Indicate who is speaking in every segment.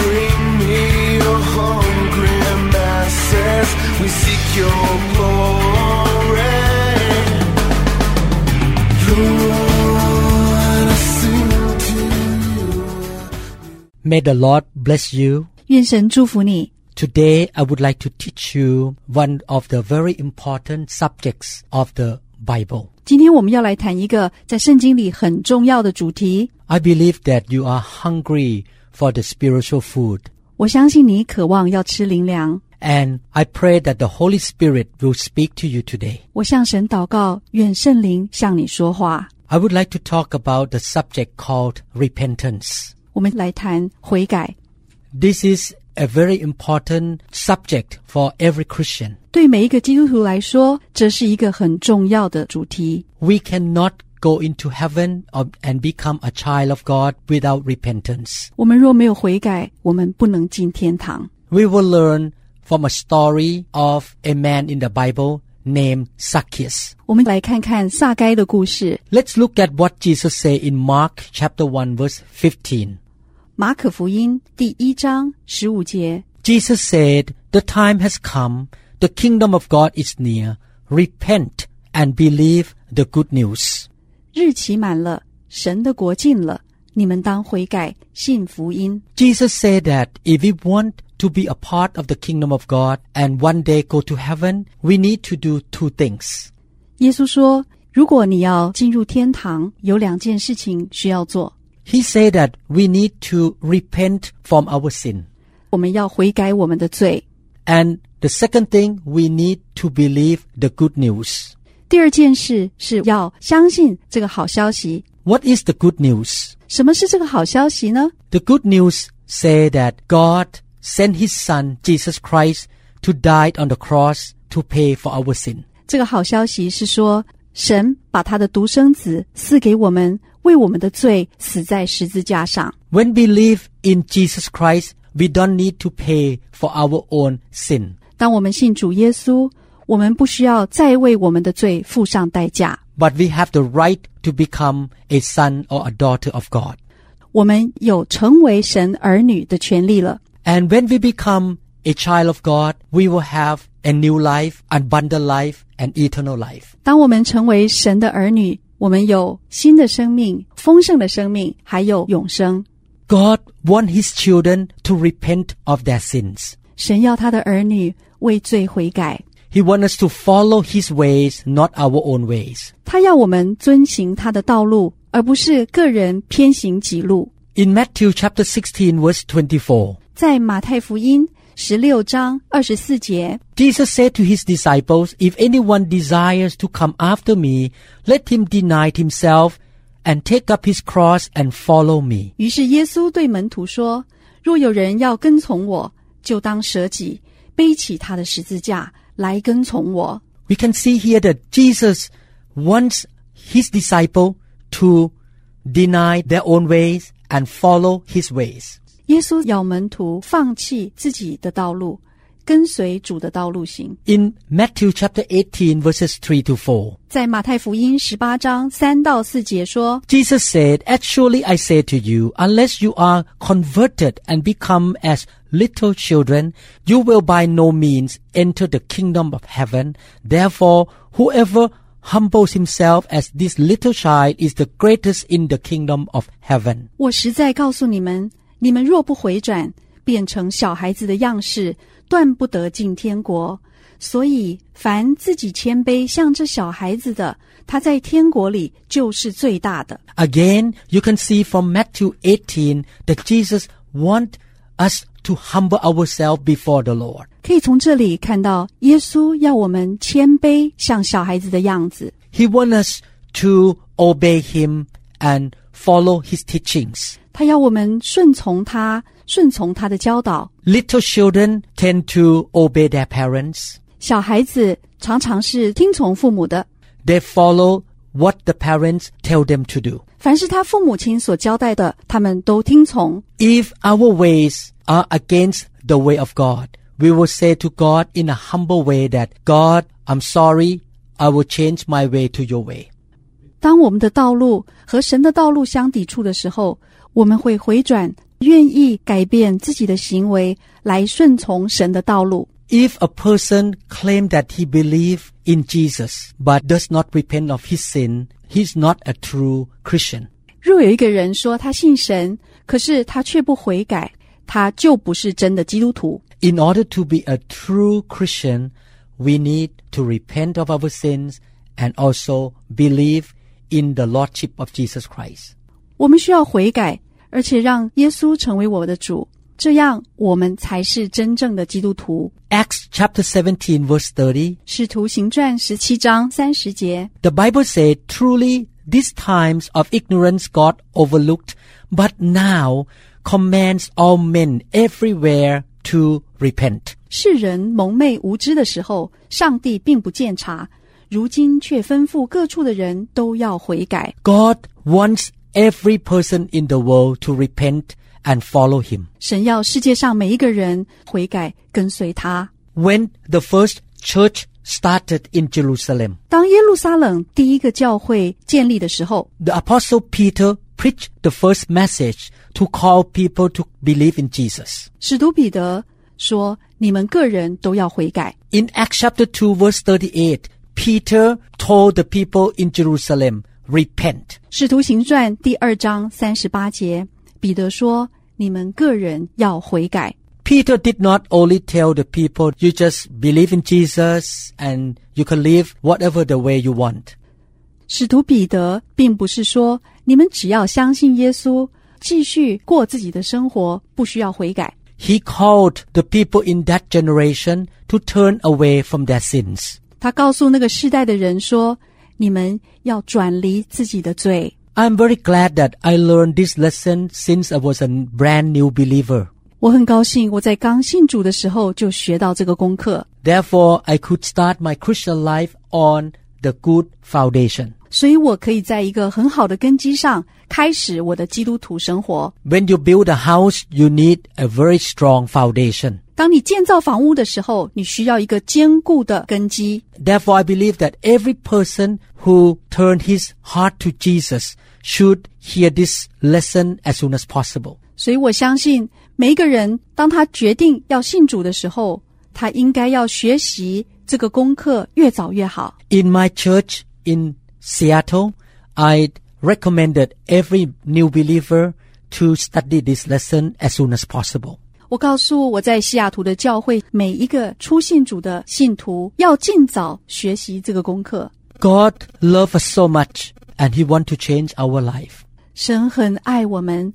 Speaker 1: Bring me your hungry masses. We seek your glory. Lord, I sing to you.
Speaker 2: May the Lord bless you.
Speaker 3: 愿神祝福你。
Speaker 2: Today I would like to teach you one of the very important subjects of the Bible.
Speaker 3: 今天我们要来谈一个在圣经里很重要的主题。
Speaker 2: I believe that you are hungry for the spiritual food
Speaker 3: 我相信你渴望要吃灵粮。
Speaker 2: and I pray that the Holy Spirit will speak to you today.
Speaker 3: 我向神祷告，愿圣灵向你说话。
Speaker 2: I would like to talk about the subject called repentance.
Speaker 3: 我们来谈悔改，
Speaker 2: This is a very important subject for every Christian.
Speaker 3: 对每一个基督徒来说，这是一个很重要的主题。
Speaker 2: We cannot go into heaven or- and become a child of God without repentance.
Speaker 3: 我们若没有悔改，我们不能进天堂。
Speaker 2: we will learn from a story of a man in the Bible named Zacchaeus.
Speaker 3: 我们来看看撒该的故事。
Speaker 2: Let's look at what Jesus said in Mark chapter 1 verse 15.
Speaker 3: 马可福音第一章十五节，
Speaker 2: Jesus said, "The time has come, the kingdom of God is near. Repent and believe the good news."
Speaker 3: 日期满了，神的国近了，你们当悔改，信福音。
Speaker 2: Jesus said that if we want to be a part of the kingdom of God and one day go to heaven, we need to do two things.
Speaker 3: 耶稣说，如果你要进入天堂，有两件事情需要做：
Speaker 2: He said that we need to repent from our sin.
Speaker 3: 我们要悔改我们的罪；
Speaker 2: And the second thing, we need to believe the good news.
Speaker 3: 第二件事是要相信这个好消息。
Speaker 2: What is the good news?
Speaker 3: 什么是这个好消息呢？
Speaker 2: The good news say that God sent his son Jesus Christ to die on the cross to pay for our sin.
Speaker 3: 这个好消息是说，神把他的独生子赐给我们，为我们的罪死在十字架上。
Speaker 2: When we live in Jesus Christ, we don't need to pay for our own sin.
Speaker 3: 当我们信主耶稣，我们不需要再为我们的罪付上代价，
Speaker 2: But we have the right to become a son or a daughter of God.
Speaker 3: 我们有成为神儿女的权利了。
Speaker 2: And when we become a child of God, we will have a new life, abundant life, and eternal life.
Speaker 3: 当我们成为神的儿女，我们有新的生命、丰盛的生命，还有永生。
Speaker 2: God wants his children to repent of their sins.
Speaker 3: 神要他的儿女为罪悔改，
Speaker 2: He wants us to follow his ways, not our own ways.
Speaker 3: 他要我们遵行他的道路，而不是个人偏行己路。
Speaker 2: In Matthew chapter 16 verse 24,
Speaker 3: 在马太福音十六章二十四节，
Speaker 2: Jesus said to his disciples, If anyone desires to come after me, let him deny himself and take up his cross and follow me.
Speaker 3: 于是耶稣对门徒说：“若有人要跟从我，就当舍己，背起他的十字架来跟从我。
Speaker 2: We can see here that Jesus wants his disciple to deny their own ways and follow his ways. ”
Speaker 3: 耶稣要门徒放弃自己的道路，跟随主的道路行。
Speaker 2: In Matthew chapter 18 verses 3 to 4,
Speaker 3: 在马太福音十八章三到四节说
Speaker 2: Jesus said, Actually, I say to you, unless you are converted and become as little children, you will by no means enter the kingdom of heaven. Therefore, whoever humbles himself as this little child is the greatest in the kingdom of heaven.：“
Speaker 3: 我实在告诉你们，你们若不回转，变成小孩子的样式，断不得进天国。所以，凡自己谦卑像这小孩子的，他在天国里就是最大的。”
Speaker 2: Again, you can see from Matthew 18 that Jesus wants us to humble ourselves before the Lord.
Speaker 3: 可以从这里看到，耶稣要我们谦卑，像小孩子的样子。
Speaker 2: He wants us to obey Him and follow His teachings.
Speaker 3: 他要我们顺从他，顺从他的教导。
Speaker 2: Little children tend to obey their parents.
Speaker 3: 小孩子常常是听从父母的，
Speaker 2: They follow what the parents tell them to do.
Speaker 3: 凡是他父母亲所交代的，他们都听从。
Speaker 2: If our ways are against the way of God, we will say to God in a humble way that, God, I'm sorry, I will change my way to your way.
Speaker 3: 当我们的道路和神的道路相抵触的时候，我们会回转，愿意改变自己的行为，来顺从神的道路。
Speaker 2: If a person claim that he believe in Jesus but does not repent of his sin, he's not a true Christian.
Speaker 3: 若有一个人说他信神，可是他却不悔改，他就不是真的基督徒。
Speaker 2: In order to be a true Christian, we need to repent of our sins and also believe in the Lordship of Jesus Christ.
Speaker 3: 我们需要悔改，而且让耶稣成为我们的主，这样我们才是真正的基督徒。
Speaker 2: Acts chapter 17 verse 30,
Speaker 3: 使徒行传十七章三十节，
Speaker 2: the Bible said, Truly, these times of ignorance God overlooked, but now commands all men everywhere to repent.
Speaker 3: 世人蒙昧无知的时候，上帝并不鉴察，如今却吩咐各处的人都要悔改。
Speaker 2: God wants every person in the world to repent and follow Him.
Speaker 3: 神要世界上每一个人悔改，跟随他。
Speaker 2: When the first church started in Jerusalem,
Speaker 3: 当耶路撒冷第一个教会建立的时候，
Speaker 2: the Apostle Peter preached the first message to call people to believe in Jesus.
Speaker 3: 使徒彼得说：“你们个人都要悔改。
Speaker 2: In Acts chapter 2, verse 38, Peter told the people in Jerusalem, Repent. ”
Speaker 3: 使徒行传第二章三十八节，彼得说：“你们个人要悔改。
Speaker 2: Peter did not only tell the people, You just believe in Jesus and you can live whatever the way you want. ”
Speaker 3: 使徒彼得并不是说你们只要相信耶稣，继续过自己的生活，不需要悔改。
Speaker 2: He called the people in that generation to turn away from their sins.
Speaker 3: 他告诉那个世代的人说：“你们要转离自己的罪。
Speaker 2: I'm very glad that I learned this lesson since I was a brand new believer. ”
Speaker 3: 我很高兴，我在刚信主的时候就学到这个功课，
Speaker 2: Therefore, I could start my Christian life on the good foundation.
Speaker 3: 所以我可以在一个很好的根基上开始我的基督徒生活。
Speaker 2: When you build a house, you need a very strong foundation.
Speaker 3: 当你建造房屋的时候，你需要一个坚固的根基。
Speaker 2: Therefore, I believe that every person who turned his heart to Jesus should hear this lesson as soon as possible.
Speaker 3: 所以我相信，每一个人当他决定要信主的时候，他应该要学习这个功课，越早越好。
Speaker 2: In my church in Seattle, I recommended every new believer to study this lesson as soon as possible.
Speaker 3: 我告诉我在西雅图的教会每一个初信主的信徒，要尽早学习这个功课。
Speaker 2: God loves us so much and He wants to change our life.
Speaker 3: 神很爱我们，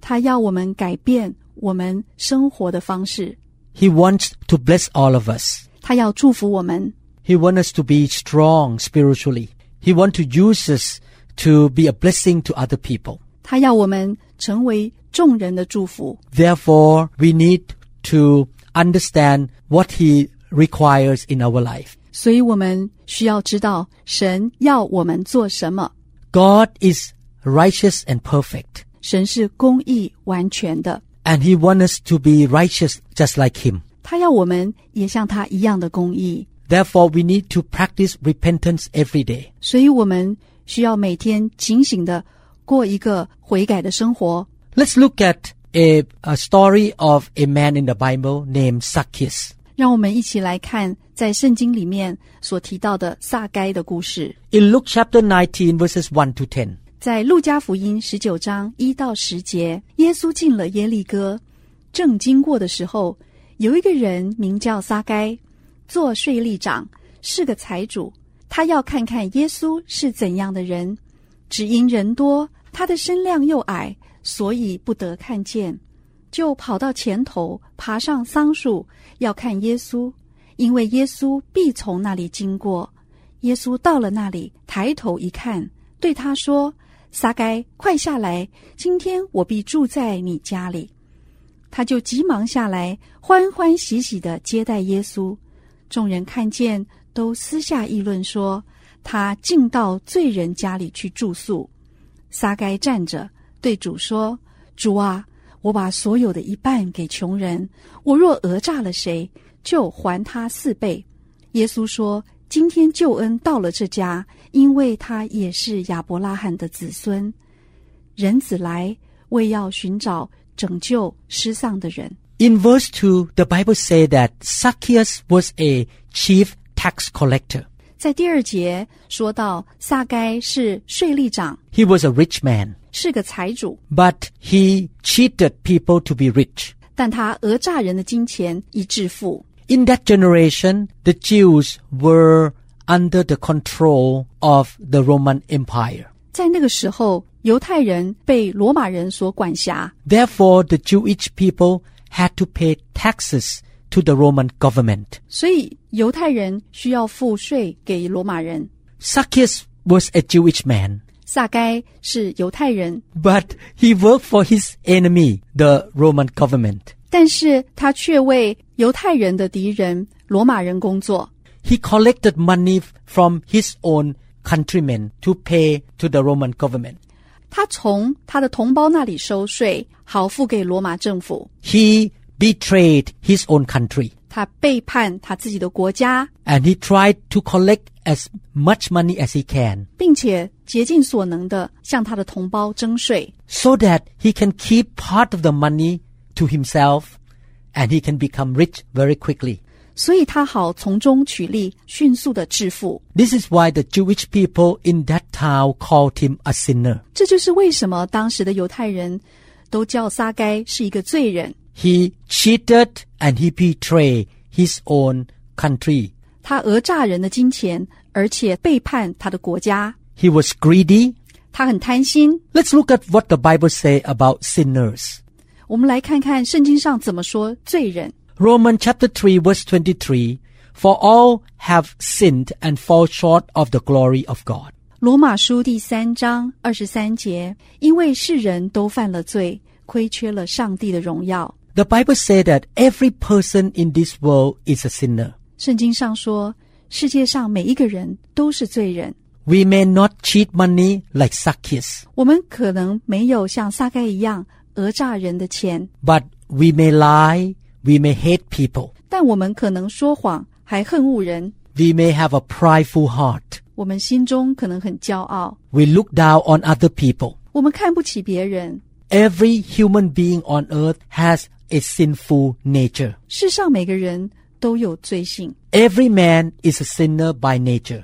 Speaker 3: 他要我们改变我们生活的方式，
Speaker 2: He wants to bless all of us.
Speaker 3: 他要祝福我们。
Speaker 2: He wants us to be strong spiritually. He wants to use us to be a blessing to other people.
Speaker 3: 他要我们成为众人的祝福，
Speaker 2: Therefore, we need to understand what He requires in our life.
Speaker 3: 所以我们需要知道神要我们做什么。
Speaker 2: God is righteous and perfect,
Speaker 3: 神是公义完全的，
Speaker 2: and He wants us to be righteous just like Him.
Speaker 3: 他要我们也像他一样的公义，
Speaker 2: Therefore, we need to practice repentance every day.
Speaker 3: 所以我们需要每天警醒的过一个悔改的生活。
Speaker 2: Let's look at a, a story of a man in the Bible named Zacchaeus.
Speaker 3: 让我们一起来看在圣经里面所提到的撒该的故事，
Speaker 2: In Luke chapter 19, verses 1 to 10,
Speaker 3: 在路加福音十九章一到十节，耶稣进了耶利哥，正经过的时候，有一个人名叫撒该，做税吏长，是个财主。他要看看耶稣是怎样的人，只因人多，他的身量又矮，所以不得看见，就跑到前头，爬上桑树，要看耶稣，因为耶稣必从那里经过。耶稣到了那里，抬头一看，对他说：“撒该，快下来，今天我必住在你家里。”他就急忙下来，欢欢喜喜的接待耶稣。众人看见，都私下议论说，他进到罪人家里去住宿。撒该站着对主说：“主啊，我把所有的一半给穷人，我若讹诈了谁，就还他四倍。”耶稣说：“今天救恩到了这家，因为他也是亚伯拉罕的子孙。人子来，为要寻找拯救失丧的人。”
Speaker 2: In verse 2, the Bible says that Zacchaeus was a chief tax collector.
Speaker 3: 在第二节说到，撒该是税吏长，
Speaker 2: He was a rich man,
Speaker 3: 是个财主，
Speaker 2: but he cheated people to be rich.
Speaker 3: 但他讹诈人的金钱以致富。
Speaker 2: In that generation, the Jews were under the control of the Roman Empire.
Speaker 3: 在那个时候，犹太人被罗马人所管辖，
Speaker 2: Therefore, the Jewish people had to pay taxes to the Roman government.
Speaker 3: 所以犹太人需要付税给罗马人。
Speaker 2: Zacchaeus was a Jewish man,
Speaker 3: 撒该是犹太人，
Speaker 2: but he worked for his enemy, the Roman government.
Speaker 3: 但是他却为犹太人的敌人罗马人工作。
Speaker 2: He collected money from his own countrymen to pay to the Roman government.
Speaker 3: 他从他的同胞那里收税，好付给罗马政府。
Speaker 2: He betrayed his own country
Speaker 3: 他背叛他自己的国家，
Speaker 2: and he tried to collect as much money as he can
Speaker 3: 并且竭尽所能的向他的同胞征税，
Speaker 2: so that he can keep part of the money to himself and he can become rich very quickly.
Speaker 3: 所以他好从中取利，迅速的致富。
Speaker 2: This is why the Jewish people in that town called him a sinner.
Speaker 3: 这就是为什么当时的犹太人都叫撒该是一个罪人。
Speaker 2: He cheated and he betrayed his own country.
Speaker 3: 他讹诈人的金钱，而且背叛他的国家。
Speaker 2: He was greedy
Speaker 3: 他很贪心。
Speaker 2: Let's look at what the Bible say about sinners.
Speaker 3: 我们来看看圣经上怎么说罪人。
Speaker 2: Romans chapter 3 verse 23, for all have sinned and fall short of the glory of God.
Speaker 3: 罗马书第三章二十三节，因为世人都犯了罪，亏缺了上帝的荣耀。
Speaker 2: The Bible say that every person in this world is a sinner.
Speaker 3: 圣经上说，世界上每一个人都是罪人。
Speaker 2: We may not cheat money like Zacchaeus,
Speaker 3: 我们可能没有像撒该一样讹诈人的钱，
Speaker 2: but we may lie, we may hate people,
Speaker 3: 但我们可能说谎，还恨恶人。
Speaker 2: we may have a prideful heart.
Speaker 3: 我们心中可能很骄傲，
Speaker 2: We look down on other people.
Speaker 3: 我们看不起别人。
Speaker 2: Every human being on earth has a sinful nature.
Speaker 3: 世上每个人都有罪性，
Speaker 2: Every man is a sinner by nature.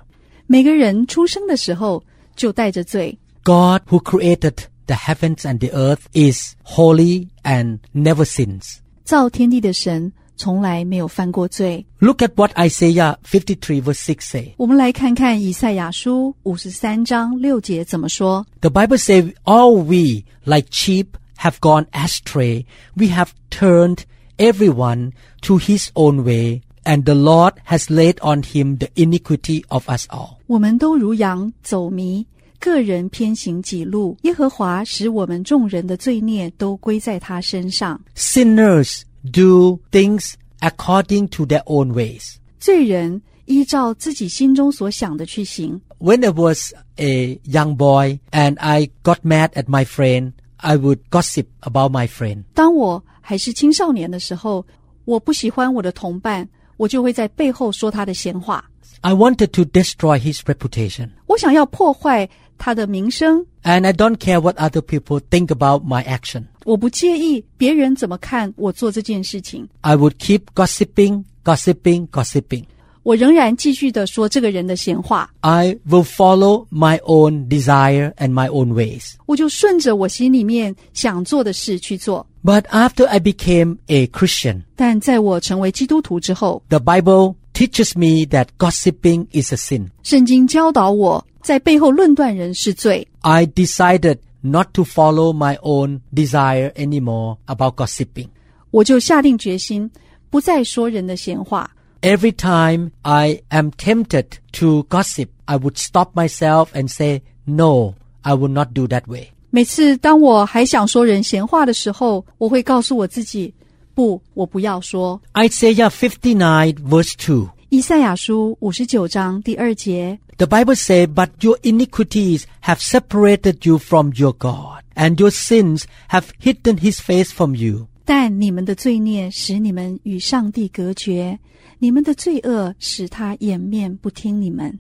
Speaker 3: 每个人出生的时候就带着罪。
Speaker 2: God who created the heavens and the earth is holy and never sins.
Speaker 3: 造天地的神从来没有犯过罪。
Speaker 2: Look at what Isaiah 53 verse 6 say.
Speaker 3: 我们来看看以赛亚书五十三章六节怎么说：
Speaker 2: The Bible says, all we like sheep have gone astray. We have turned everyone to his own way and the Lord has laid on him the iniquity of us all.
Speaker 3: 我们都如羊走迷，个人偏行己路。耶和华使我们众人的罪孽都归在他身上。
Speaker 2: Sinners do things according to their own ways.
Speaker 3: 罪人依照自己心中所想的去行。
Speaker 2: when I was a young boy and I got mad at my friend, I would gossip about my friend.
Speaker 3: 当我还是青少年的时候，我不喜欢我的同伴，我就会在背后说他的闲话。
Speaker 2: I wanted to destroy his reputation.
Speaker 3: 我想要破坏他的名声，
Speaker 2: And I don't care what other people think about my action.
Speaker 3: 我不介意别人怎么看我做这件事情，
Speaker 2: I would keep gossiping, gossiping, gossiping.
Speaker 3: 我仍然继续的说这个人的闲话，
Speaker 2: I will follow my own desire and my own ways.
Speaker 3: 我就顺着我心里面想做的事去做。
Speaker 2: But after I became a Christian,
Speaker 3: 但在我成为基督徒之后，
Speaker 2: the Bible teaches me that gossiping is a sin.
Speaker 3: 圣经教导我在背后论断人是罪，
Speaker 2: I decided not to follow my own desire anymore about gossiping.
Speaker 3: 我就下定决心不再说人的闲话。
Speaker 2: Every time I am tempted to gossip, I would stop myself and say, No, I will not do that way.
Speaker 3: 每次当我还想说人闲话的时候，我会告诉我自己，不，我不要说。
Speaker 2: Isaiah 59 verse 2.
Speaker 3: 以赛亚书五十九章第二节，
Speaker 2: The Bible says, But your iniquities have separated you from your God, and your sins have hidden his face from you.
Speaker 3: 但你们的罪孽使你们与上帝隔绝，你们的罪恶使他掩面不听你们。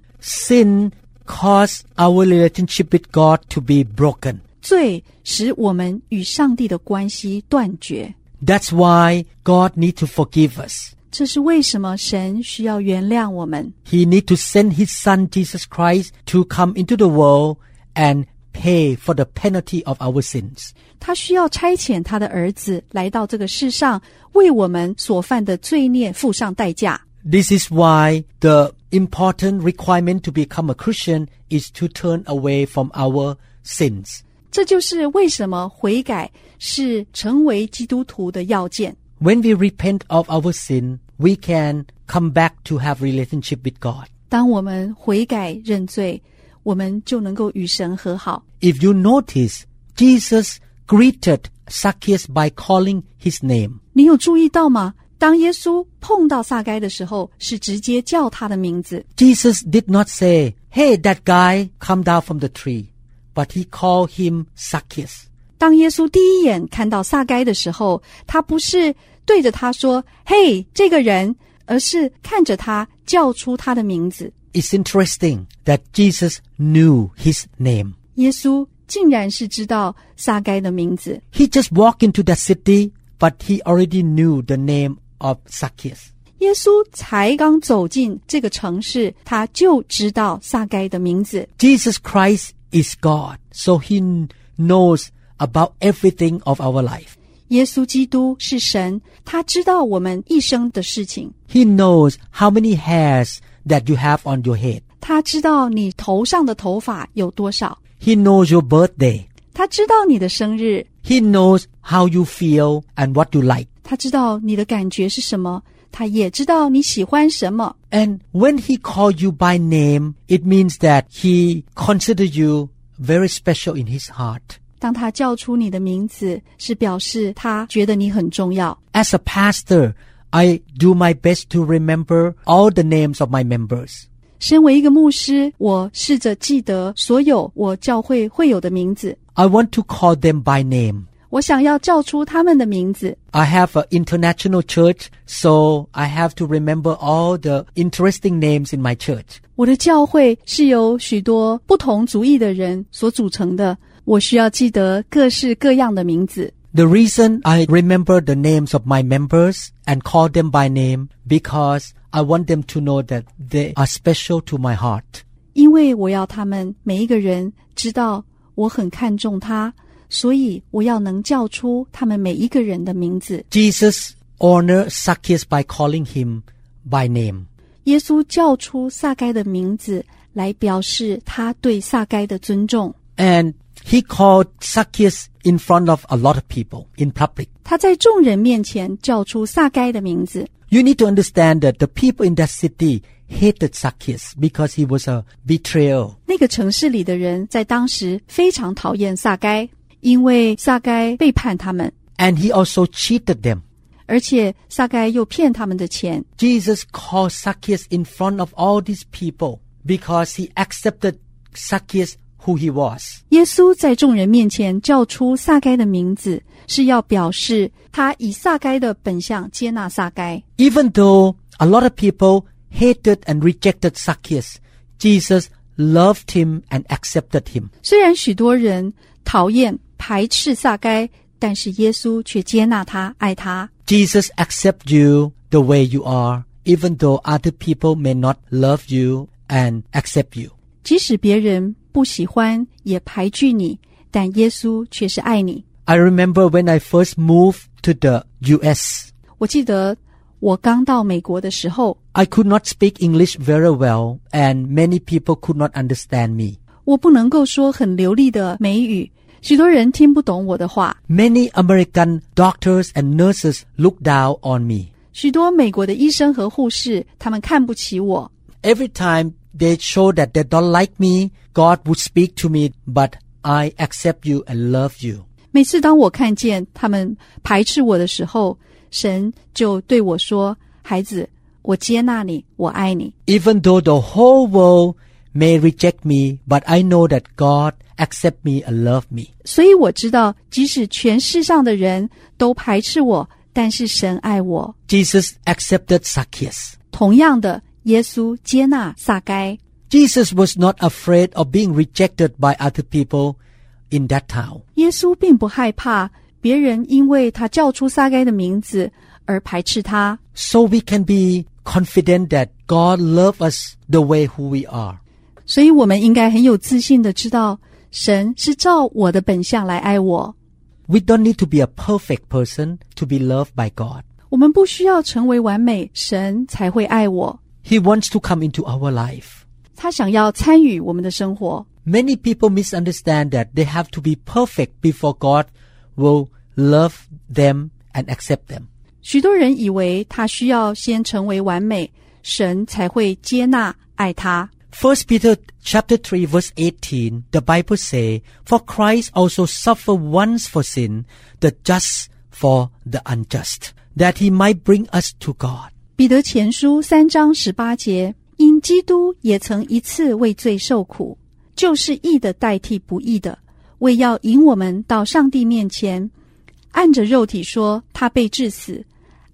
Speaker 2: Sin caused our relationship with God to be broken.
Speaker 3: 罪使我们与上帝的关系断绝，
Speaker 2: That's why God needs to forgive us.
Speaker 3: 这是为什么神需要原谅我们。
Speaker 2: He needs to send his son Jesus Christ to come into the world and pay for the penalty of our sins.
Speaker 3: 他需要差遣他的儿子来到这个世上，为我们所犯的罪孽付上代价。
Speaker 2: This is why the important requirement to become a Christian is to turn away from our sins.
Speaker 3: 这就是为什么悔改是成为基督徒的要件。
Speaker 2: When we repent of our sin, we can come back to have relationship with God.
Speaker 3: 当我们悔改认罪，我们就能够与神和好。
Speaker 2: If you notice, Jesus greeted Zacchaeus by calling his name.
Speaker 3: 你有注意到吗？当耶稣碰到撒该的时候，是直接叫他的名字。
Speaker 2: Jesus did not say, Hey, that guy, come down from the tree. But he called him Zacchaeus.
Speaker 3: 当耶稣第一眼看到撒该的时候，他不是对着他说“嘿，这个人”，而是看着他叫出他的名字。
Speaker 2: It's interesting that Jesus knew his name.
Speaker 3: 耶稣竟然是知道撒该的名字，
Speaker 2: He just walked into that city, but he already knew the name of Zacchaeus.
Speaker 3: 耶稣才刚走进这个城市，他就知道撒该的名字。
Speaker 2: Jesus Christ is God, so he kn- knows about everything of our life.
Speaker 3: 耶稣基督是神，他知道我们一生的事情，
Speaker 2: He knows how many hairs that you have on your head.
Speaker 3: 他知道你头上的头发有多少，
Speaker 2: He knows your birthday.
Speaker 3: 他知道你的生日，
Speaker 2: He knows how you feel and what you like.
Speaker 3: 他知道你的感觉是什么，他也知道你喜欢什么。
Speaker 2: And when he called you by name, it means that he considered you very special in his heart.
Speaker 3: 当他叫出你的名字，是表示他觉得你很重要。
Speaker 2: As a pastor, I do my best to remember all the names of my members.
Speaker 3: 身为一个牧师，我试着记得所有我教会会有的名字，
Speaker 2: I want to call them by name.
Speaker 3: 我想要叫出他们的名字。
Speaker 2: I have an international church, so I have to remember all the interesting names in my church.
Speaker 3: 我的教会是由许多不同族裔的人所组成的，我需要记得各式各样的名字。
Speaker 2: The reason I remember the names of my members and call them by name because I want them to know that they are special to my heart.
Speaker 3: 因为我要他们每一个人知道我很看重他，所以我要能叫出他们每一个人的名字。
Speaker 2: Jesus honored Zacchaeus by calling him by name.
Speaker 3: 耶稣叫出撒该的名字，来表示他对撒该的尊重。
Speaker 2: And he called Zacchaeus in front of a lot of people in public.
Speaker 3: 他在众人面前叫出撒该的名字。
Speaker 2: You need to understand that the people in that city hated Zacchaeus because he was a betrayal.
Speaker 3: 那个城市里的人在当时非常讨厌撒该，因为撒该背叛他们，
Speaker 2: And he also cheated them.
Speaker 3: 而且撒该又骗他们的钱。
Speaker 2: Jesus called Zacchaeus in front of all these people because he accepted Zacchaeus who he was.
Speaker 3: 耶稣在众人面前叫出撒该的名字，是要表示他以撒该的本相接纳撒该。
Speaker 2: Even though a lot of people hated and rejected Zacchaeus, Jesus loved him and accepted him.
Speaker 3: 虽然许多人讨厌、排斥撒该，但是耶稣却接纳他、爱他。
Speaker 2: Jesus accepts you the way you are, even though other people may not love you and accept you.
Speaker 3: 即使别人不喜欢也排拒你，但耶稣却是爱你。
Speaker 2: I remember when I first moved to the US,
Speaker 3: 我记得我刚到美国的时候，
Speaker 2: I could not speak English very well and many people could not understand me.
Speaker 3: 我不能够说很流利的美语，许多人听不懂我的话，
Speaker 2: Many American doctors and nurses looked down on me.
Speaker 3: 许多美国的医生和护士他们看不起我。
Speaker 2: Every time they show that they don't like me, God would speak to me, but I accept you and love you.
Speaker 3: 每次当我看见他们排斥我的时候，神就对我说：“孩子，我接纳你，我爱你。
Speaker 2: Even though the whole world may reject me, but I know that God accept me and love me. ”
Speaker 3: 所以我知道，即使全世上的人都排斥我，但是神爱我。
Speaker 2: Jesus accepted Zacchaeus.
Speaker 3: 同样的，耶稣接纳撒该，
Speaker 2: Jesus was not afraid of being rejected by other people in that town.
Speaker 3: 耶稣并不害怕别人因为他叫出撒该的名字而排斥他，
Speaker 2: So we can be confident that God loves us the way who we are.
Speaker 3: 所以我们应该很有自信的知道，神是照我的本相来爱我。
Speaker 2: We don't need to be a perfect person to be loved by God.
Speaker 3: 我们不需要成为完美，神才会爱我。
Speaker 2: He wants to come into our life.
Speaker 3: 他想要参与我们的生活。
Speaker 2: Many people misunderstand that they have to be perfect before God will love them and accept them.
Speaker 3: 许多人以为他需要先成为完美，神才会接纳爱他。
Speaker 2: First Peter chapter 3 verse 18, the Bible say, For Christ also suffered once for sin, the just for the unjust, that he might bring us to God.
Speaker 3: 彼得前书三章十八节，因基督也曾一次为罪受苦，就是义的代替不义的，为要引我们到上帝面前。按着肉体说，他被致死；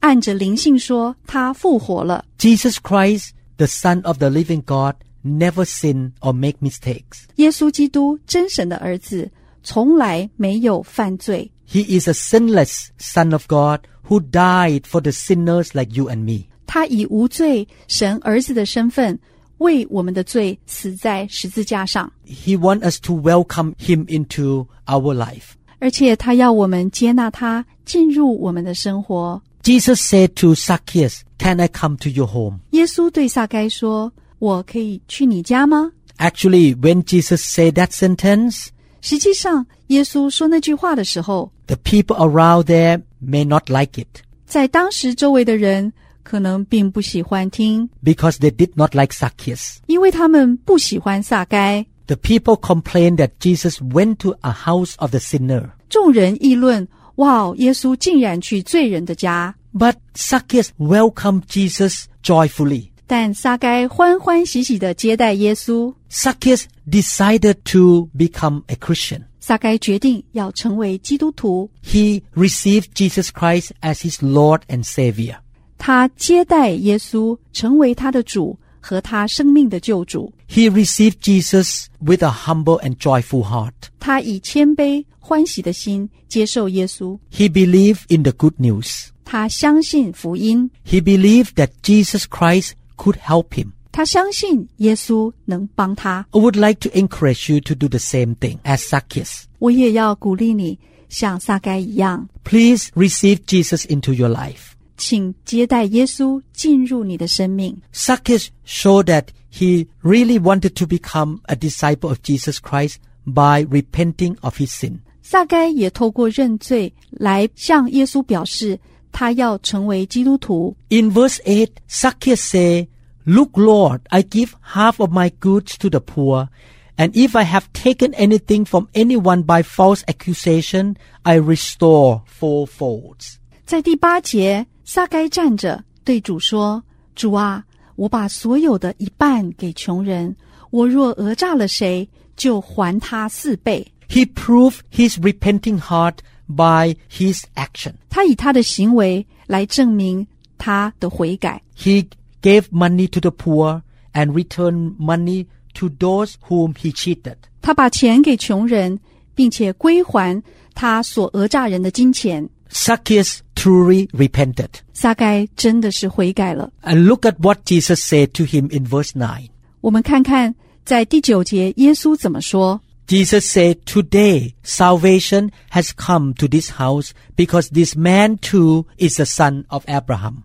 Speaker 3: 按着灵性说，他复活了。
Speaker 2: Jesus Christ, the Son of the living God, never sin or make mistakes.
Speaker 3: 耶稣基督真神的儿子，从来没有犯罪。
Speaker 2: He is a sinless Son of God who died for the sinners like you and me.
Speaker 3: 他以无罪神儿子的身份，为我们的罪死在十字架上，
Speaker 2: He wants us to welcome him into our life.
Speaker 3: 而且他要我们接纳他进入我们的生活。
Speaker 2: Jesus said to Zacchaeus, Can I come to your home?
Speaker 3: 耶稣对撒该说：“我可以去你家吗
Speaker 2: Actually, when Jesus said that sentence,？”
Speaker 3: 实际上，耶稣说那句话的时候，
Speaker 2: the people around there may not like it
Speaker 3: 在当时周围的人可能并不喜欢听，
Speaker 2: because they did not like Zacchaeus.
Speaker 3: 因为他们不喜欢撒该。
Speaker 2: The people complained that Jesus went to a house of the sinner.
Speaker 3: 众人议论：“哇，耶稣竟然去罪人的家！”
Speaker 2: But Zacchaeus welcomed Jesus joyfully.
Speaker 3: 但撒该欢欢喜喜地接待耶稣。
Speaker 2: Zacchaeus decided to become a Christian.
Speaker 3: 撒该决定要成为基督徒，
Speaker 2: He received Jesus Christ as his Lord and Savior.
Speaker 3: 他接待耶稣，成为他的主和他生命的救主。
Speaker 2: He received Jesus with a humble and joyful heart.
Speaker 3: 他以谦卑欢喜的心接受耶稣，
Speaker 2: He believed in the good news.
Speaker 3: 他相信福音，
Speaker 2: He believed that Jesus Christ could help him.
Speaker 3: 他相信耶稣能帮他。
Speaker 2: I would like to encourage you to do the same thing as Zacchaeus.
Speaker 3: 我也要鼓励你，像撒该一样，
Speaker 2: Please receive Jesus into your life.
Speaker 3: 请接待耶稣进入你的生命。
Speaker 2: Zacchaeus showed that he really wanted to become a disciple of Jesus Christ by repenting of his sin.
Speaker 3: 撒该也透过认罪来向耶稣表示，他要成为基督徒。
Speaker 2: In verse 8, Zacchaeus say, Look, Lord, I give half of my goods to the poor, and if I have taken anything from anyone by false accusation, I restore fourfolds.
Speaker 3: 在第八节，撒该站着对主说：“主啊，我把所有的一半给穷人，我若讹诈了谁，就还他四倍。
Speaker 2: He proved his repenting heart by his action. ”
Speaker 3: 他以他的行为来证明他的悔改。
Speaker 2: He gave money to the poor and returned money to those whom he cheated.
Speaker 3: 他把钱给穷人，并且归还他所讹诈人的金钱。
Speaker 2: Zacchaeus truly repented.
Speaker 3: 撒该真的是悔改了。
Speaker 2: And look at what Jesus said to him in verse 9.
Speaker 3: 我们看看在第九节耶稣怎么说。
Speaker 2: Jesus said, Today salvation has come to this house because this man too is the son of Abraham.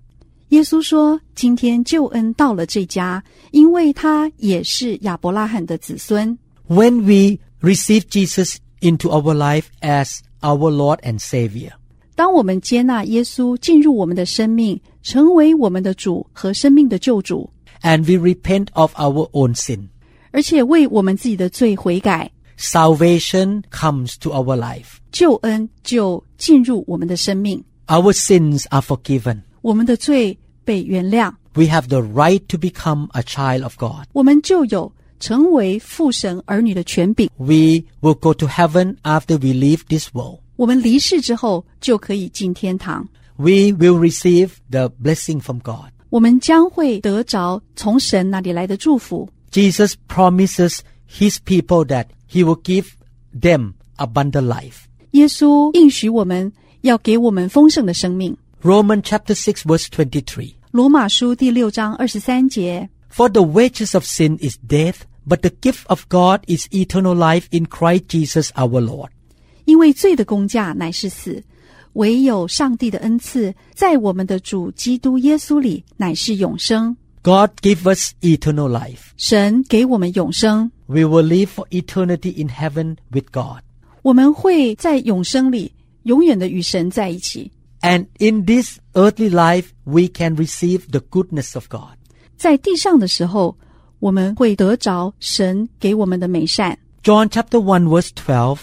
Speaker 3: 耶稣说：“今天救恩到了这家，因为他也是亚伯拉罕的子孙。
Speaker 2: When we receive Jesus into our life as our Lord and Savior,
Speaker 3: 当我们接纳耶稣进入我们的生命，成为我们的主和生命的救主，
Speaker 2: and we repent of our own sin,
Speaker 3: 而且为我们自己的罪悔改，
Speaker 2: salvation comes to our life.
Speaker 3: 救恩就进入我们的生命。
Speaker 2: Our sins are forgiven.
Speaker 3: 我们的罪被原谅，
Speaker 2: We have the right to become a child of God.
Speaker 3: 我们就有成为父神儿女的权柄。
Speaker 2: We will go to heaven after we leave this world.
Speaker 3: 我们离世之后就可以进天堂，
Speaker 2: We will receive the blessing from God.
Speaker 3: 我们将会得着从神那里来的祝福。
Speaker 2: Jesus promises his people that he will give them abundant life.
Speaker 3: 耶稣应许我们要给我们丰盛的生命。
Speaker 2: Romans chapter 6 verse 23.
Speaker 3: 罗马书第六章二十三节，
Speaker 2: For the wages of sin is death, but the gift of God is eternal life in Christ Jesus our Lord.
Speaker 3: 因为罪的工价乃是死，唯有上帝的恩赐在我们的主基督耶稣里乃是永生。
Speaker 2: God give us eternal life.
Speaker 3: 神给我们永生，
Speaker 2: We will live for eternity in heaven with God.
Speaker 3: 我们会在永生里永远的与神在一起。
Speaker 2: And in this earthly life, we can receive the goodness of God.
Speaker 3: 在地上的时候，我们会得着神给我们的美善。
Speaker 2: John chapter 1 verse 12.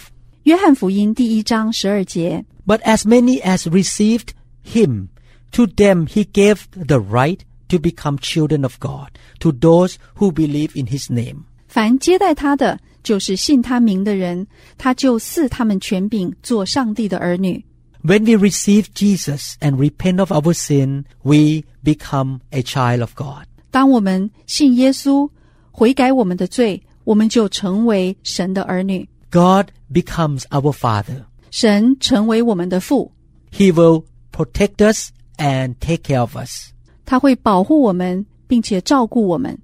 Speaker 3: 约翰福音第一章十二节，
Speaker 2: But as many as received him, to them he gave the right to become children of God, to those who believe in his name.
Speaker 3: 凡接待他的，就是信他名的人，他就赐他们权柄做上帝的儿女。
Speaker 2: When we receive Jesus and repent of our sin, we become a child of God.
Speaker 3: 当我们信耶稣，悔改我们的罪，我们就成为神的儿女，
Speaker 2: God becomes our Father.
Speaker 3: 神成为我们的父，
Speaker 2: He will protect us and take care of us.
Speaker 3: 他会保护我们，并且照顾我们，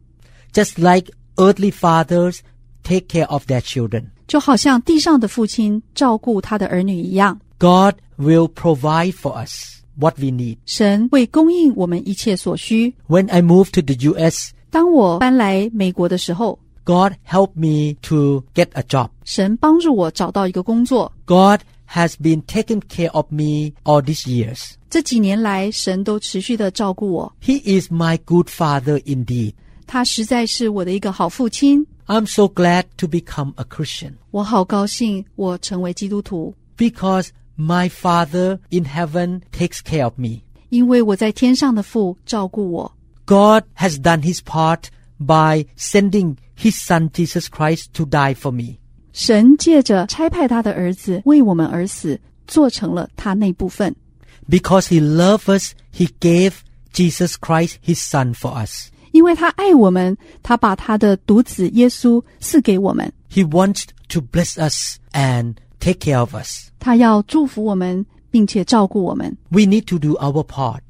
Speaker 2: Just like earthly fathers take care of their children,
Speaker 3: 就好像地上的父亲照顾他的儿女一样。
Speaker 2: God will provide for us what we need.
Speaker 3: 神会供应我们一切所需。
Speaker 2: When I moved to the US,
Speaker 3: 当我搬来美国的时候，
Speaker 2: God helped me to get a job.
Speaker 3: 神帮助我找到一个工作。
Speaker 2: God has been taking care of me all these years.
Speaker 3: 这几年来，神都持续的照顾我，
Speaker 2: He is my good father indeed.
Speaker 3: 他实在是我的一个好父亲。
Speaker 2: I'm so glad to become a Christian
Speaker 3: 我好高兴，我成为基督徒，
Speaker 2: because my Father in heaven takes care of me.
Speaker 3: 因为我在天上的父照顾我。
Speaker 2: God has done his part by sending his son Jesus Christ to die for me.
Speaker 3: 神借着差派他的儿子为我们而死，做成了他那部分。
Speaker 2: Because he loved us, he gave Jesus Christ his son for us.
Speaker 3: 因为他爱我们，他把他的独子耶稣赐给我们，
Speaker 2: He wants to bless us and take care of us.
Speaker 3: 他要祝福我们，并且照顾我们。
Speaker 2: We need to do our part.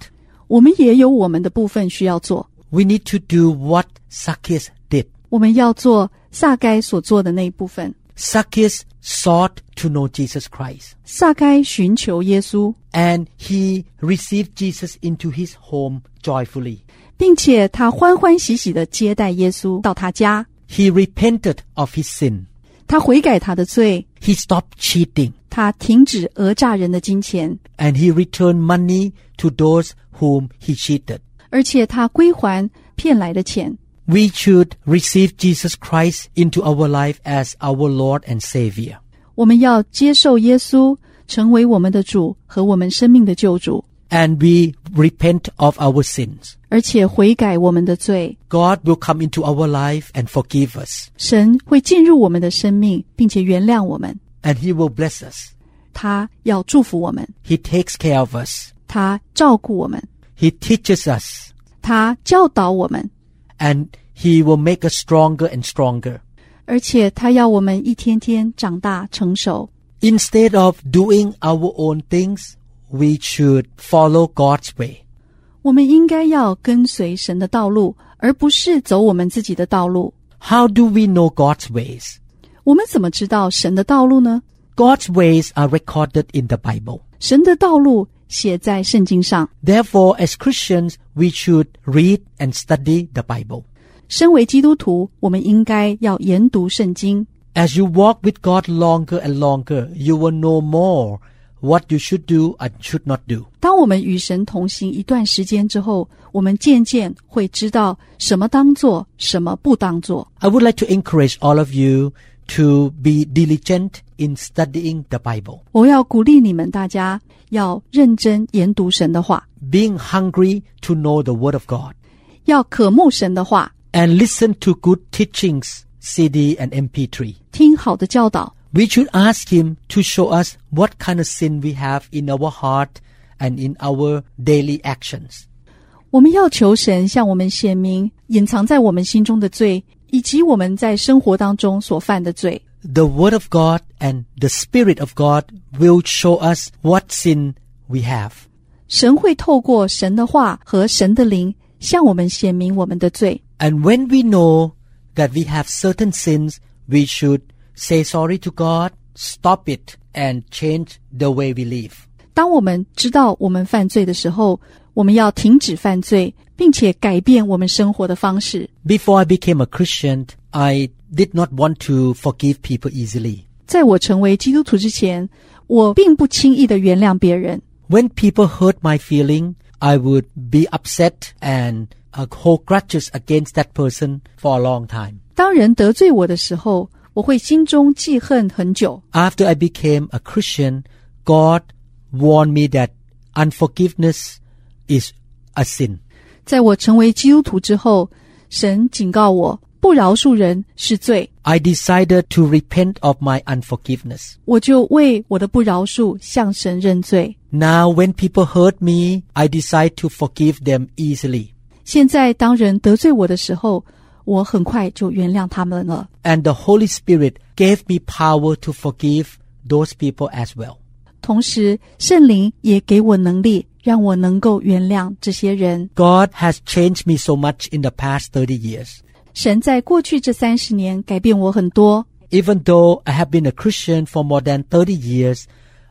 Speaker 3: 我们也有我们的部分需要做，
Speaker 2: We need to do what Zacchaeus did.
Speaker 3: 我们要做撒该所做的那一部分。
Speaker 2: Zacchaeus sought to know Jesus Christ.
Speaker 3: 撒该寻求耶稣，
Speaker 2: and he received Jesus into his home joyfully.
Speaker 3: 并且他欢欢喜喜的接待耶稣到他家。
Speaker 2: He repented of his sin.
Speaker 3: 他悔改他的罪，
Speaker 2: He stopped cheating
Speaker 3: 他停止讹诈人的金钱，
Speaker 2: and he returned money to those whom he cheated.
Speaker 3: 而且他归还骗来的钱。
Speaker 2: We should receive Jesus Christ into our life as our Lord and Savior.
Speaker 3: 我们要接受耶稣成为我们的主和我们生命的救主，
Speaker 2: And we repent of our sins.
Speaker 3: 而且悔改我们的罪。
Speaker 2: God will come into our life and forgive us,
Speaker 3: 神会进入我们的生命，并且原谅我们。
Speaker 2: and he will bless us.
Speaker 3: 他要祝福我们，
Speaker 2: He takes care of us.
Speaker 3: 他照顾我们，
Speaker 2: He teaches us,
Speaker 3: 他教导我们，
Speaker 2: and he will make us stronger and stronger.
Speaker 3: 而且他要我们一天天长大成熟。
Speaker 2: Instead of doing our own things, we should follow God's way.
Speaker 3: 我们应该要跟随神的道路，而不是走我们自己的道路。
Speaker 2: How do we know God's ways?
Speaker 3: 我们怎么知道神的道路呢？
Speaker 2: God's ways are recorded in the Bible.
Speaker 3: 神的道路写在圣经上。
Speaker 2: Therefore, as Christians, we should read and study the Bible.
Speaker 3: 身为基督徒，我们应该要研读圣经。
Speaker 2: As you walk with God longer and longer, you will know more what you should do and should not do.
Speaker 3: 当我们与神同行一段时间之后，我们渐渐会知道什么当做，什么不当做。
Speaker 2: I would like to encourage all of you to be diligent in studying the Bible,
Speaker 3: 我要鼓励你们大家要认真研读神的话，
Speaker 2: being hungry to know the Word of God,
Speaker 3: 要渴慕神的话，
Speaker 2: and listen to good teachings, CD and MP3.
Speaker 3: 听好的教导。
Speaker 2: We should ask Him to show us what kind of sin we have in our heart and in our daily actions.
Speaker 3: 我们要求神向我们显明隐藏在我们心中的罪，以及我们在生活当中所犯的罪。
Speaker 2: The Word of God and the Spirit of God will show us what sin we have.
Speaker 3: 神会透过神的话和神的灵向我们显明我们的罪。
Speaker 2: And when we know that we have certain sins, we should say sorry to God, stop it, and change the way we live.
Speaker 3: 当我们知道我们犯罪的时候，我们要停止犯罪，并且改变我们生活的方式。
Speaker 2: Before I became a Christian, I did not want to forgive people easily.
Speaker 3: 在我成为基督徒之前，我并不轻易的原谅别人。
Speaker 2: When people hurt my feeling, I would be upset and uh, hold grudges against that person for a long time.
Speaker 3: 当人得罪我的时候，我会心中记恨很久。
Speaker 2: After I became a Christian, God warned me that unforgiveness is a sin.
Speaker 3: 在我成为基督徒之后，神警告我，不饶恕人是罪。
Speaker 2: I decided to repent of my unforgiveness.
Speaker 3: 我就为我的不饶恕向神认罪。
Speaker 2: Now, when people hurt me, I decide to forgive them easily.
Speaker 3: 现在当人得罪我的时候，我很快就原谅他们了。
Speaker 2: And the Holy Spirit gave me power to forgive those people as well.
Speaker 3: 同时，圣灵也给我能力，让我能够原谅这些人。
Speaker 2: God has changed me so much in the past 30 years.
Speaker 3: 神在过去这三十年改变我很多。
Speaker 2: Even though I have been a Christian for more than 30 years,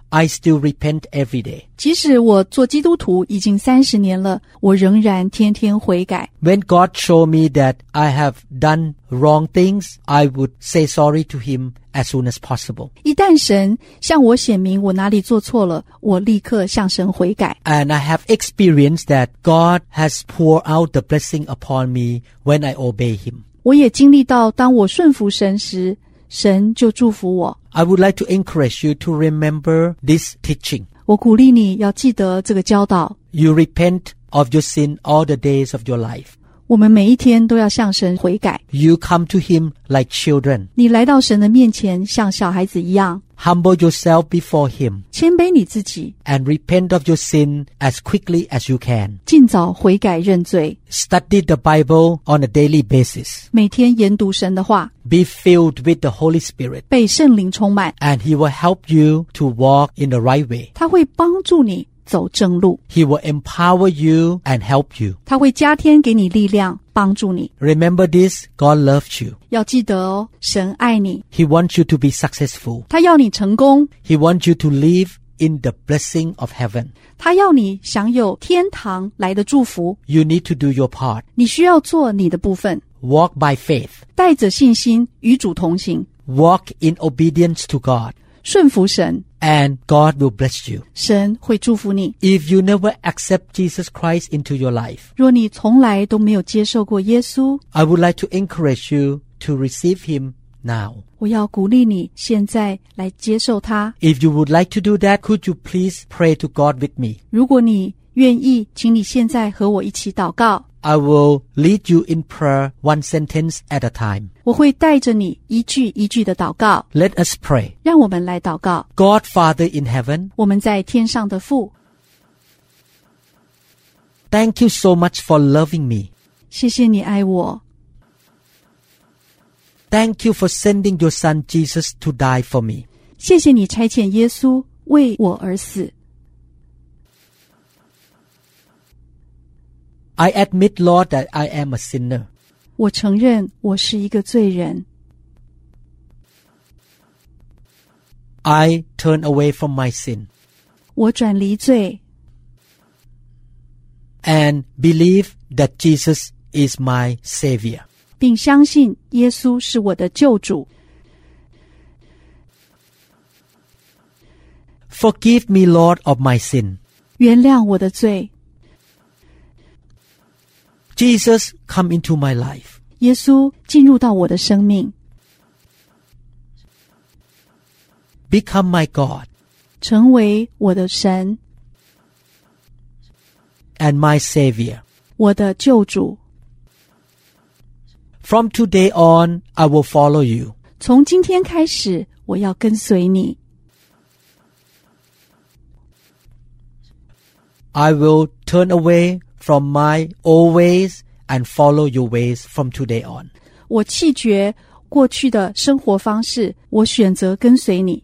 Speaker 2: I still repent every day.
Speaker 3: 即使我做基督徒已经三十年了，我仍然天天悔改。
Speaker 2: When God showed me that I have done wrong things, I would say sorry to Him as soon as possible.
Speaker 3: 一旦神向我显明我哪里做错了，我立刻向神悔改。
Speaker 2: And I have experienced that God has poured out the blessing upon me when I obey Him.
Speaker 3: 我也经历到，当我顺服神时，神就祝福我。
Speaker 2: I would like to encourage you to remember this teaching.
Speaker 3: 我鼓励你要记得这个教导。
Speaker 2: You repent of your sin all the days of your life.
Speaker 3: 我们每一天都要向神悔改。
Speaker 2: You come to Him like children.
Speaker 3: 你来到神的面前，像小孩子一样
Speaker 2: Humble yourself before Him
Speaker 3: 谦卑你自己，
Speaker 2: and repent of your sin as quickly as you can.
Speaker 3: 尽早悔改认罪，
Speaker 2: Study the Bible on a daily basis.
Speaker 3: 每天研读神的话，
Speaker 2: Be filled with the Holy Spirit
Speaker 3: 被圣灵充满，
Speaker 2: and He will help you to walk in the right way.
Speaker 3: 他会帮助你走正路，
Speaker 2: He will empower you and help you.
Speaker 3: 他会加添给你力量，帮助你。
Speaker 2: Remember this God loves you.
Speaker 3: 要记得哦，神爱你，
Speaker 2: He wants you to be successful.
Speaker 3: 他要你成功，
Speaker 2: He wants you to live in the blessing of heaven.
Speaker 3: 他要你享有天堂来的祝福。
Speaker 2: You need to do your part.
Speaker 3: 你需要做你的部分，
Speaker 2: Walk by faith.
Speaker 3: 带着信心与主同行，
Speaker 2: Walk in obedience to God,
Speaker 3: 顺服神，
Speaker 2: and God will bless you.
Speaker 3: 神会祝福你。
Speaker 2: If you never accept Jesus Christ into your life,
Speaker 3: 若你从来都没有接受过耶稣，
Speaker 2: I would like to encourage you to receive Him now.
Speaker 3: 我要鼓励你现在来接受他。
Speaker 2: If you would like to do that, could you please pray to God with me?
Speaker 3: 如果你愿意，请你现在和我一起祷告，
Speaker 2: I will lead you in prayer one sentence at a time.
Speaker 3: 我会带着你一句一句的祷告。
Speaker 2: Let us pray.
Speaker 3: 让我们来祷告，
Speaker 2: God Father in heaven,
Speaker 3: 我们在天上的父，
Speaker 2: thank you so much for loving me.
Speaker 3: 谢谢你爱我，
Speaker 2: Thank you for sending your son Jesus to die for me.
Speaker 3: 谢谢你差遣耶稣为我而死。
Speaker 2: I admit, Lord, that I am a sinner.
Speaker 3: 我承认我是一个罪人，
Speaker 2: I turn away from my sin
Speaker 3: 我转离罪，
Speaker 2: and believe that Jesus is my Savior.
Speaker 3: 并相信耶稣是我的救主。
Speaker 2: Forgive me, Lord, of my sin.
Speaker 3: 原谅我的罪，
Speaker 2: Jesus, come into my life.
Speaker 3: 耶稣进入到我的生命，
Speaker 2: become my God
Speaker 3: 成为我的神，
Speaker 2: and my Savior.
Speaker 3: 我的救主。
Speaker 2: From today on, I will follow you.
Speaker 3: 从今天开始，我要跟随你，
Speaker 2: I will turn away from my old ways and follow your ways from today on.
Speaker 3: 我弃绝过去的生活方式，我选择跟随你。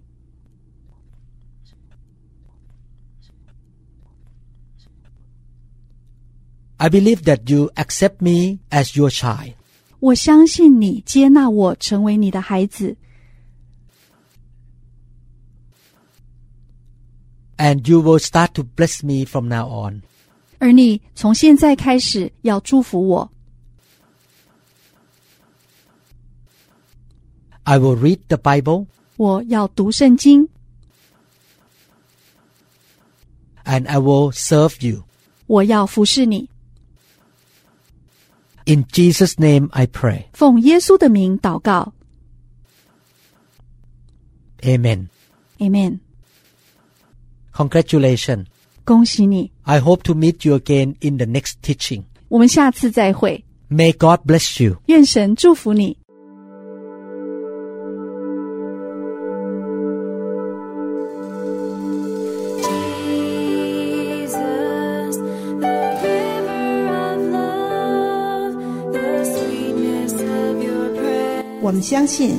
Speaker 2: I believe that you accept me as your child.
Speaker 3: 我相信你接纳我成为你的孩子，
Speaker 2: and you will start to bless me from now on.
Speaker 3: 而你从现在开始要祝福我。
Speaker 2: I will read the Bible
Speaker 3: 我要读圣经，
Speaker 2: and I will serve you.
Speaker 3: 我要服侍你。
Speaker 2: In Jesus' name I pray.
Speaker 3: 奉耶稣的名祷告
Speaker 2: Amen.
Speaker 3: ，Amen。
Speaker 2: Congratulations.
Speaker 3: 恭喜你，
Speaker 2: I hope to meet you again in the next teaching.
Speaker 3: 我们下次再会。
Speaker 2: May God bless you.
Speaker 3: 愿神祝福你。
Speaker 4: Jesus, the river of love, the sweetness of your presence.
Speaker 5: 我们相信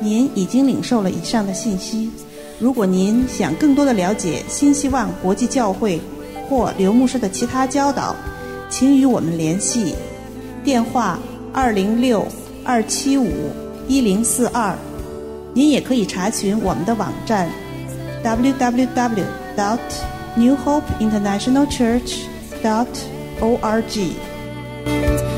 Speaker 5: 您已经领受了以上的信息。如果您想更多的了解新希望国际教会或刘牧师的其他教导，请与我们联系，电话二零六二七五一零四二。您也可以查询我们的网站 www. dot New Hope International Church. dot org。
Speaker 4: Thank